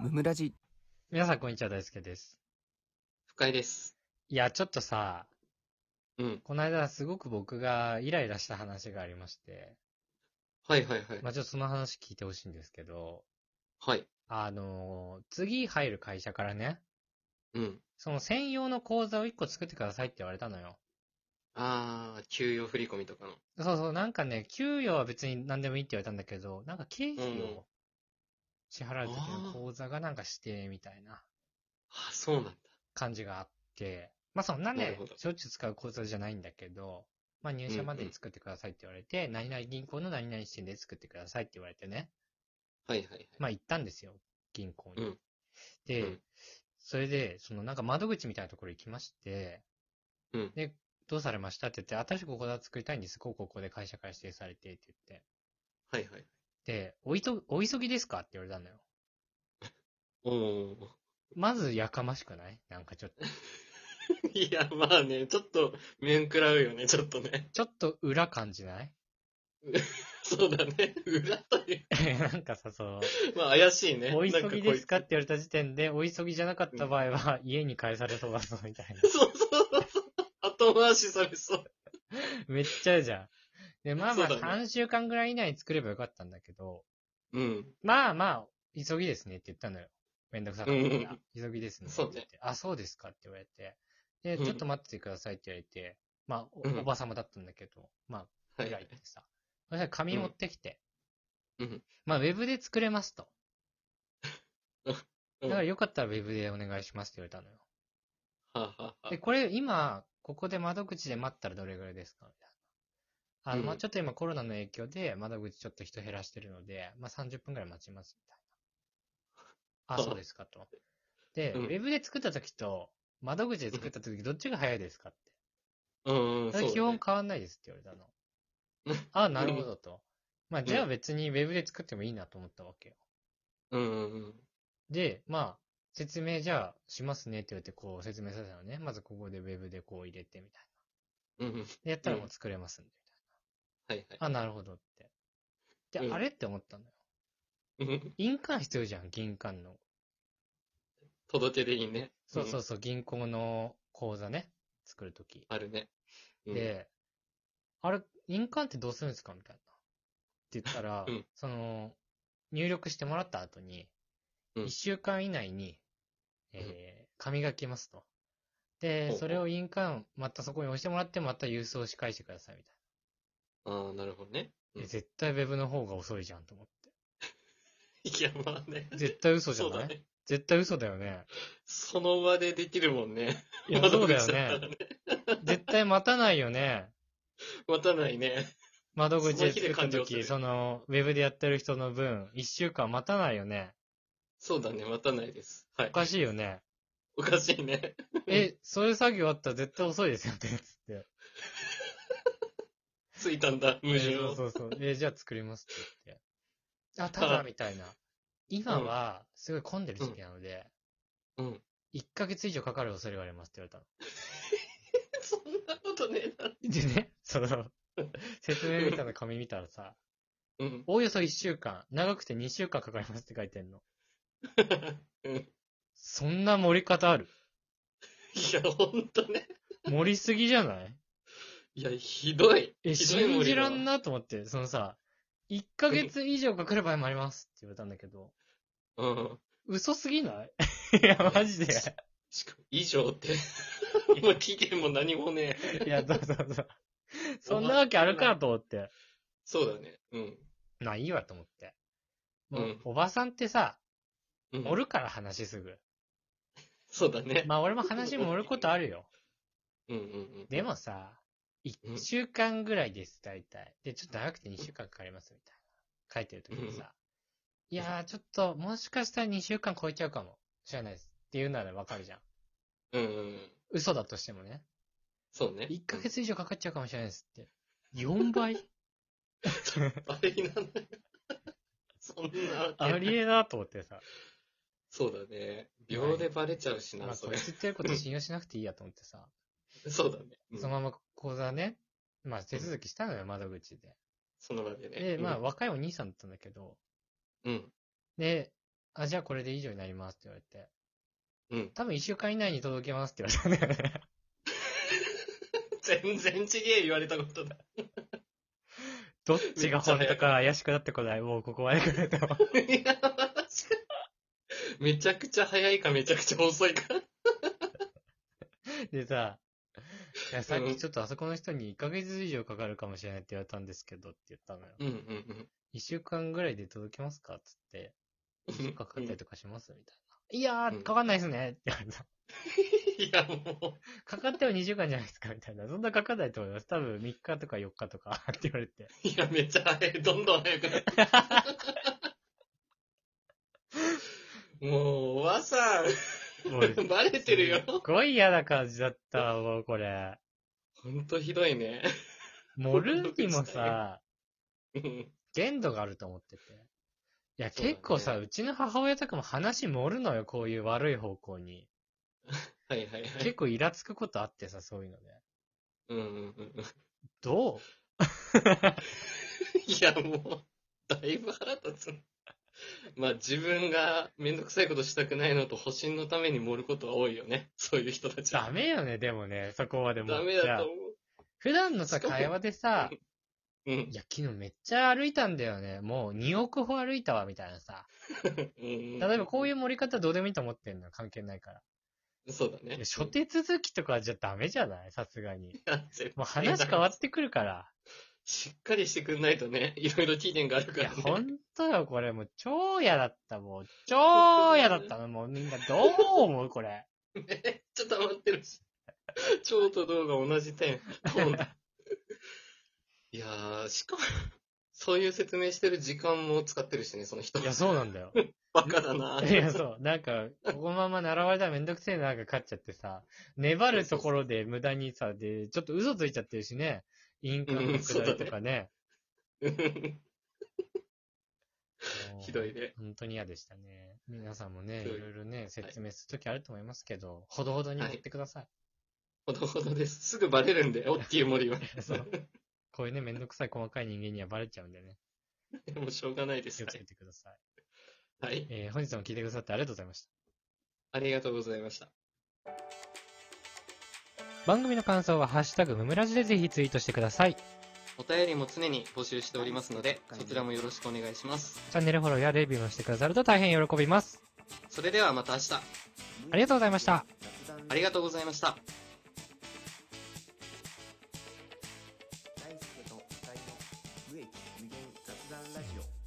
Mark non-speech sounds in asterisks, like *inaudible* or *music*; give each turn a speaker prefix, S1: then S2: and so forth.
S1: ムムラジ。
S2: 皆さん、こんにちは。大輔です。
S3: 不快です。
S2: いや、ちょっとさ、
S3: うん。
S2: この間、すごく僕がイライラした話がありまして、
S3: はいはいはい。
S2: まあ、ちょっとその話聞いてほしいんですけど、
S3: はい。
S2: あのー、次入る会社からね、
S3: うん。
S2: その専用の口座を1個作ってくださいって言われたのよ。
S3: あー、給与振り込みとかの。
S2: そうそう、なんかね、給与は別に何でもいいって言われたんだけど、なんか経費
S3: うん
S2: を支払う時の口座がなんか指定みたいな
S3: あ、そうなんだ。
S2: 感じがあって、まあそんな
S3: なる
S2: ね
S3: ほど、
S2: しょっちゅう使う口座じゃないんだけど、まあ入社までに作ってくださいって言われて、何々銀行の何々支店で作ってくださいって言われてね、
S3: はいはい
S2: まあ行ったんですよ、銀行に。
S3: うんう
S2: で
S3: ん、
S2: それで、そのなんか窓口みたいなところ行きまして、
S3: うん
S2: で、どうされましたって言って、新しく口座作りたいんです、こうこうこうで会社から指定されてって言って。
S3: はい。はいはい。
S2: で、おいと、お急ぎですかって言われたんだよ。
S3: おー。
S2: まずやかましくないなんかちょっと、
S3: *laughs* いや、まあね、ちょっと面食らうよね、ちょっとね。
S2: ちょっと裏感じない *laughs*
S3: そうだね。裏という。
S2: なんかさ、その、
S3: まあ怪しいね。
S2: お急ぎですか
S3: な
S2: っ
S3: ん
S2: て言われた時点で、お急ぎじゃなかった場合は、家に帰されそうだぞ、みたい
S3: こいつそうそうそうそう。後回しされそう。
S2: な。 *laughs* めっちゃ嫌じゃん。で、まあまあ、
S3: そうだね
S2: 3週間ぐらい以内に作ればよかったんだけど、
S3: うん。
S2: まあまあ、急ぎですねって言ったのよ。めんどくさかったか
S3: うんう
S2: ら。急ぎですねって
S3: そ
S2: 言
S3: う
S2: っ
S3: ね
S2: て。あ、そうですかって言われて。で、
S3: うん
S2: ちょっと待っててくださいって言われて、まあ
S3: うん
S2: お、おばさまだったんだけど、まあ、
S3: は
S2: 開
S3: い
S2: いてさ。そしたら紙持ってきて、
S3: うん。
S2: まあ、ウェブで作れますと。だか
S3: うん。は
S2: ら
S3: い
S2: よかったらウェブでお願いしますって言われたのよ。
S3: はあはあ
S2: で、これ今、ここで窓口で待ったらどれぐらいですかみたいな。あの、
S3: うん
S2: まあ、ちょっと今コロナの影響で窓口ちょっと人減らしてるので、まあ、30分ぐらい待ちますみたいな。あ、
S3: はあ
S2: そうですかと。で、
S3: うん
S2: ウェブで作った時と、窓口で作った時どっちが早いですかって。
S3: うん、うん、
S2: そ
S3: そ
S2: れ
S3: うだね。
S2: 基本変わんないですって言われたの。あ、なるほどと。まあ、じゃあ別にウェブで作ってもいいなと思ったわけよ。
S3: うんうんうん。
S2: で、まあ、説明じゃあしますねって言われてこう説明させたのね。まずここでウェブでこう入れてみたいな。
S3: うんうん。
S2: でやったらもう作れますんで、
S3: はい
S2: あ、なるほどって。で、
S3: うん
S2: あれって思ったのよ。
S3: はい。
S2: 印鑑必要じゃん、銀行の。
S3: 届けでいいね。
S2: そうそううそう、銀行の口座ね、作るとき。
S3: ん。あるね。うん、
S2: で、あれ、印鑑ってどうするんですかみたいな。って言ったら、
S3: うん
S2: その、入力してもらった後に、
S3: うん
S2: 1週間以内に、えー、紙が来ますと。
S3: ほう
S2: で
S3: ほ、う
S2: それを印鑑、またそこに押してもらって、また郵送し返してください、みたい
S3: ああ、なるほどね。
S2: な。
S3: う
S2: で
S3: ん
S2: 絶対 Web の方が遅いじゃんと思っ
S3: いや、まあね。
S2: て。絶対嘘じゃ
S3: そう
S2: な
S3: だ
S2: い、
S3: ね。
S2: 絶対嘘だよ
S3: *laughs*
S2: ね。
S3: その場でできるもんね。
S2: いや、そうだ
S3: *laughs*
S2: よね。。絶対待たないよね。
S3: 待たないね。
S2: 窓口で
S3: その日
S2: 作
S3: で
S2: った
S3: 完了す
S2: 時、
S3: る
S2: その、ウェブでやってる人の分、一週間待たないよね。
S3: そうだね、待たないです。は
S2: お
S3: い。
S2: かしいよ
S3: *laughs*
S2: ね。
S3: おかしいね。
S2: え、そういう作業あったら絶対遅いですよね、つって。
S3: ついたんだ、矛盾
S2: えそう
S3: を。
S2: そうそう。え、じゃあ作りますって言って。あ、ただ、
S3: あ
S2: みたいな。今は、すごい混んでる時期なので、
S3: うん。
S2: 1ヶ月以上かかる恐れがありますって言われたの。
S3: そんなことねえな。
S2: でね、その、
S3: *laughs*
S2: 説明みたいな紙見たらさ、
S3: うん。 *laughs*
S2: おおよそ1週間、長くて2週間かかりますって書いてんの。
S3: うん
S2: そんな盛り方ある
S3: いや、ほんとね。
S2: 盛りすぎじゃない
S3: いや、ひどい。
S2: え、
S3: ひどい森
S2: 信
S3: だ
S2: じらんなと思って、そのさ、1ヶ月以上かかる場合もありますって言われたんだけど、
S3: うん。
S2: 嘘すぎないいや、マジで。
S3: しかも、以上
S2: *laughs*
S3: って。もう期限も何もねえ。
S2: いや、そうそう
S3: *laughs*
S2: そう。そんなわけあるかと思って。
S3: そうだね。うん。
S2: まあいいわと思って。もう、
S3: うん
S2: おばさんってさ、
S3: うん、
S2: 盛るから話すぐ。
S3: そうだね。
S2: まあ俺も話盛ることあるよ。
S3: うんうんうん。
S2: でもさ、
S3: う
S2: 1
S3: ん
S2: 週間ぐらいです、大体。で、ちょっと長くて2週間かかります、みたいな。書いてるときにさ、いやー、ちょっと、もしかしたら2週間超えちゃうかも。知らないです。っていうならわかるじゃん。
S3: うんうんうん。
S2: 嘘だとしてもね。
S3: そうね。
S2: 1ヶ月以上かかっちゃうかもしれないですって。4倍
S3: *laughs* あれになんない。 *laughs* そんなわけ
S2: あ
S3: ない。
S2: りえなと思ってさ。
S3: そうだね。秒でバレちゃうし
S2: ま
S3: な、
S2: あ、
S3: そ
S2: こい
S3: れ。
S2: つ言ってること信用しなくていいやと思ってさ、
S3: そうだね。うん
S2: そのまま口座ね、まあ手続きしたのよ、窓口で。
S3: その場でね。
S2: で、まあ
S3: うん
S2: 若いお兄さんだったんだけど、
S3: うん。
S2: で、あ、じゃあこれで以上になりますって言われて。
S3: うん。
S2: 多分1週間以内に届けますって *laughs* 言われたんだよね。
S3: 全然ちげえ言われたことだ。
S2: どっちが本当か怪しくなってこない。もうここまで来ると。 *laughs*
S3: いや確かに *laughs* めちゃくちゃ早いかめちゃくちゃ遅いか。
S2: でさ、いやさっきちょっとあそこの人に1ヶ月以上かかるかもしれないって言われたんですけどって言ったのよ。
S3: うんうん
S2: 1週間ぐらいで届けますかっつって、
S3: うん。
S2: かか
S3: う
S2: っ
S3: ん
S2: たりとかしますみたいな。いや
S3: う
S2: ー、
S3: ん
S2: かかんないですねって言われた。 *laughs*
S3: いやも
S2: かかっても2週間じゃないですかみたいな。そんなかかんないと思います。多分3日とか4日とかって言われ
S3: *laughs*
S2: て。
S3: う、いやめっちゃ早い。どんどん早くなって。もう、おばさん、
S2: もう
S3: バレてるよ。
S2: すっごい嫌な感じだったわ、もうこれ。
S3: ほんとひどいね。
S2: もうルーキーも
S3: *laughs*
S2: さ、
S3: うん
S2: 限度があると思ってて。いや、
S3: そうだね
S2: 結構さ、うちの母親とかも話盛るのよ、こういう悪い方向
S3: *laughs*
S2: に。
S3: はいはいはい。
S2: 結構イラつくことあってさ、そういうのね。
S3: うんうんうんうん。 *laughs*
S2: どう
S3: いやもう、だいぶ腹立つな。まあ自分がめんどくさいことしたくないのと保身のために盛ることは多いよね。そういう人たちは。
S2: ダメよね、でもね、そこまでも。
S3: ダメだ
S2: い
S3: と
S2: や
S3: 思
S2: 普段のさ、
S3: しかも
S2: 会話でさ、
S3: う。うん
S2: い。や、昨日めっちゃ歩いたんだよね。もう2億歩歩いたわ、みたいなさ。
S3: 例
S2: 例えばこういうう盛り方どうでもいいと思ってんの関係ないから。
S3: ん。そうだね
S2: いや。初手続きとかじゃダメじゃないさすがに。
S3: うん絶
S2: もう
S3: 対
S2: 話
S3: だ
S2: 変わってくるから。
S3: しっかりしてくんないとね、いろいろ期限がある
S2: い
S3: か
S2: *laughs* や、
S3: ら、ね。
S2: ほんとよ、これ。もう超嫌だった、もう。超嫌だったの、もうみんな。どう思う、これ。
S3: めっちゃ溜まってるし。蝶と動画同じ点。今度いやー、しかも、そういう説明してる時間も使ってるしね、その人
S2: *laughs* い。や、そうなんだ *laughs* よ。。
S3: バカだない
S2: や、そう。なんか、このまま習われたらめんどくせえな、が勝っちゃってさ、粘るところで無駄にさ、で、ちょっと嘘ついちゃってるしね。インカムのくだりとかね。
S3: うん
S2: もう
S3: ひどいね。
S2: 本当に嫌でしたね。皆さんもね、い
S3: ひどい
S2: ろいろね、説明するときあると思いますけど、ほどほどにやってください。 *laughs*
S3: ほどほどです。すぐバレるんだよ、っていう森は。
S2: そう。こういうね、めんどくさい細かい人間にはバレちゃうんでね、
S3: でもしょうがないです。
S2: 気を
S3: は
S2: つ
S3: い
S2: けてください。
S3: はい。
S2: えー本日も聞いてくださってありがとうございました。
S3: ありがとうございました。
S2: 番組の感想は、ハッシュタグムムラジでぜひツイートしてください。チ
S3: お便りも常に募集しておりますので、そちらもよろしくお願いします。
S2: ャンネルフォローやレビューもしてくださると大変喜びます。
S3: それではまた明日、
S2: ありがとうございました。
S3: ありがとうございました。
S1: 大輔と二人の無益無限雑談ラジオ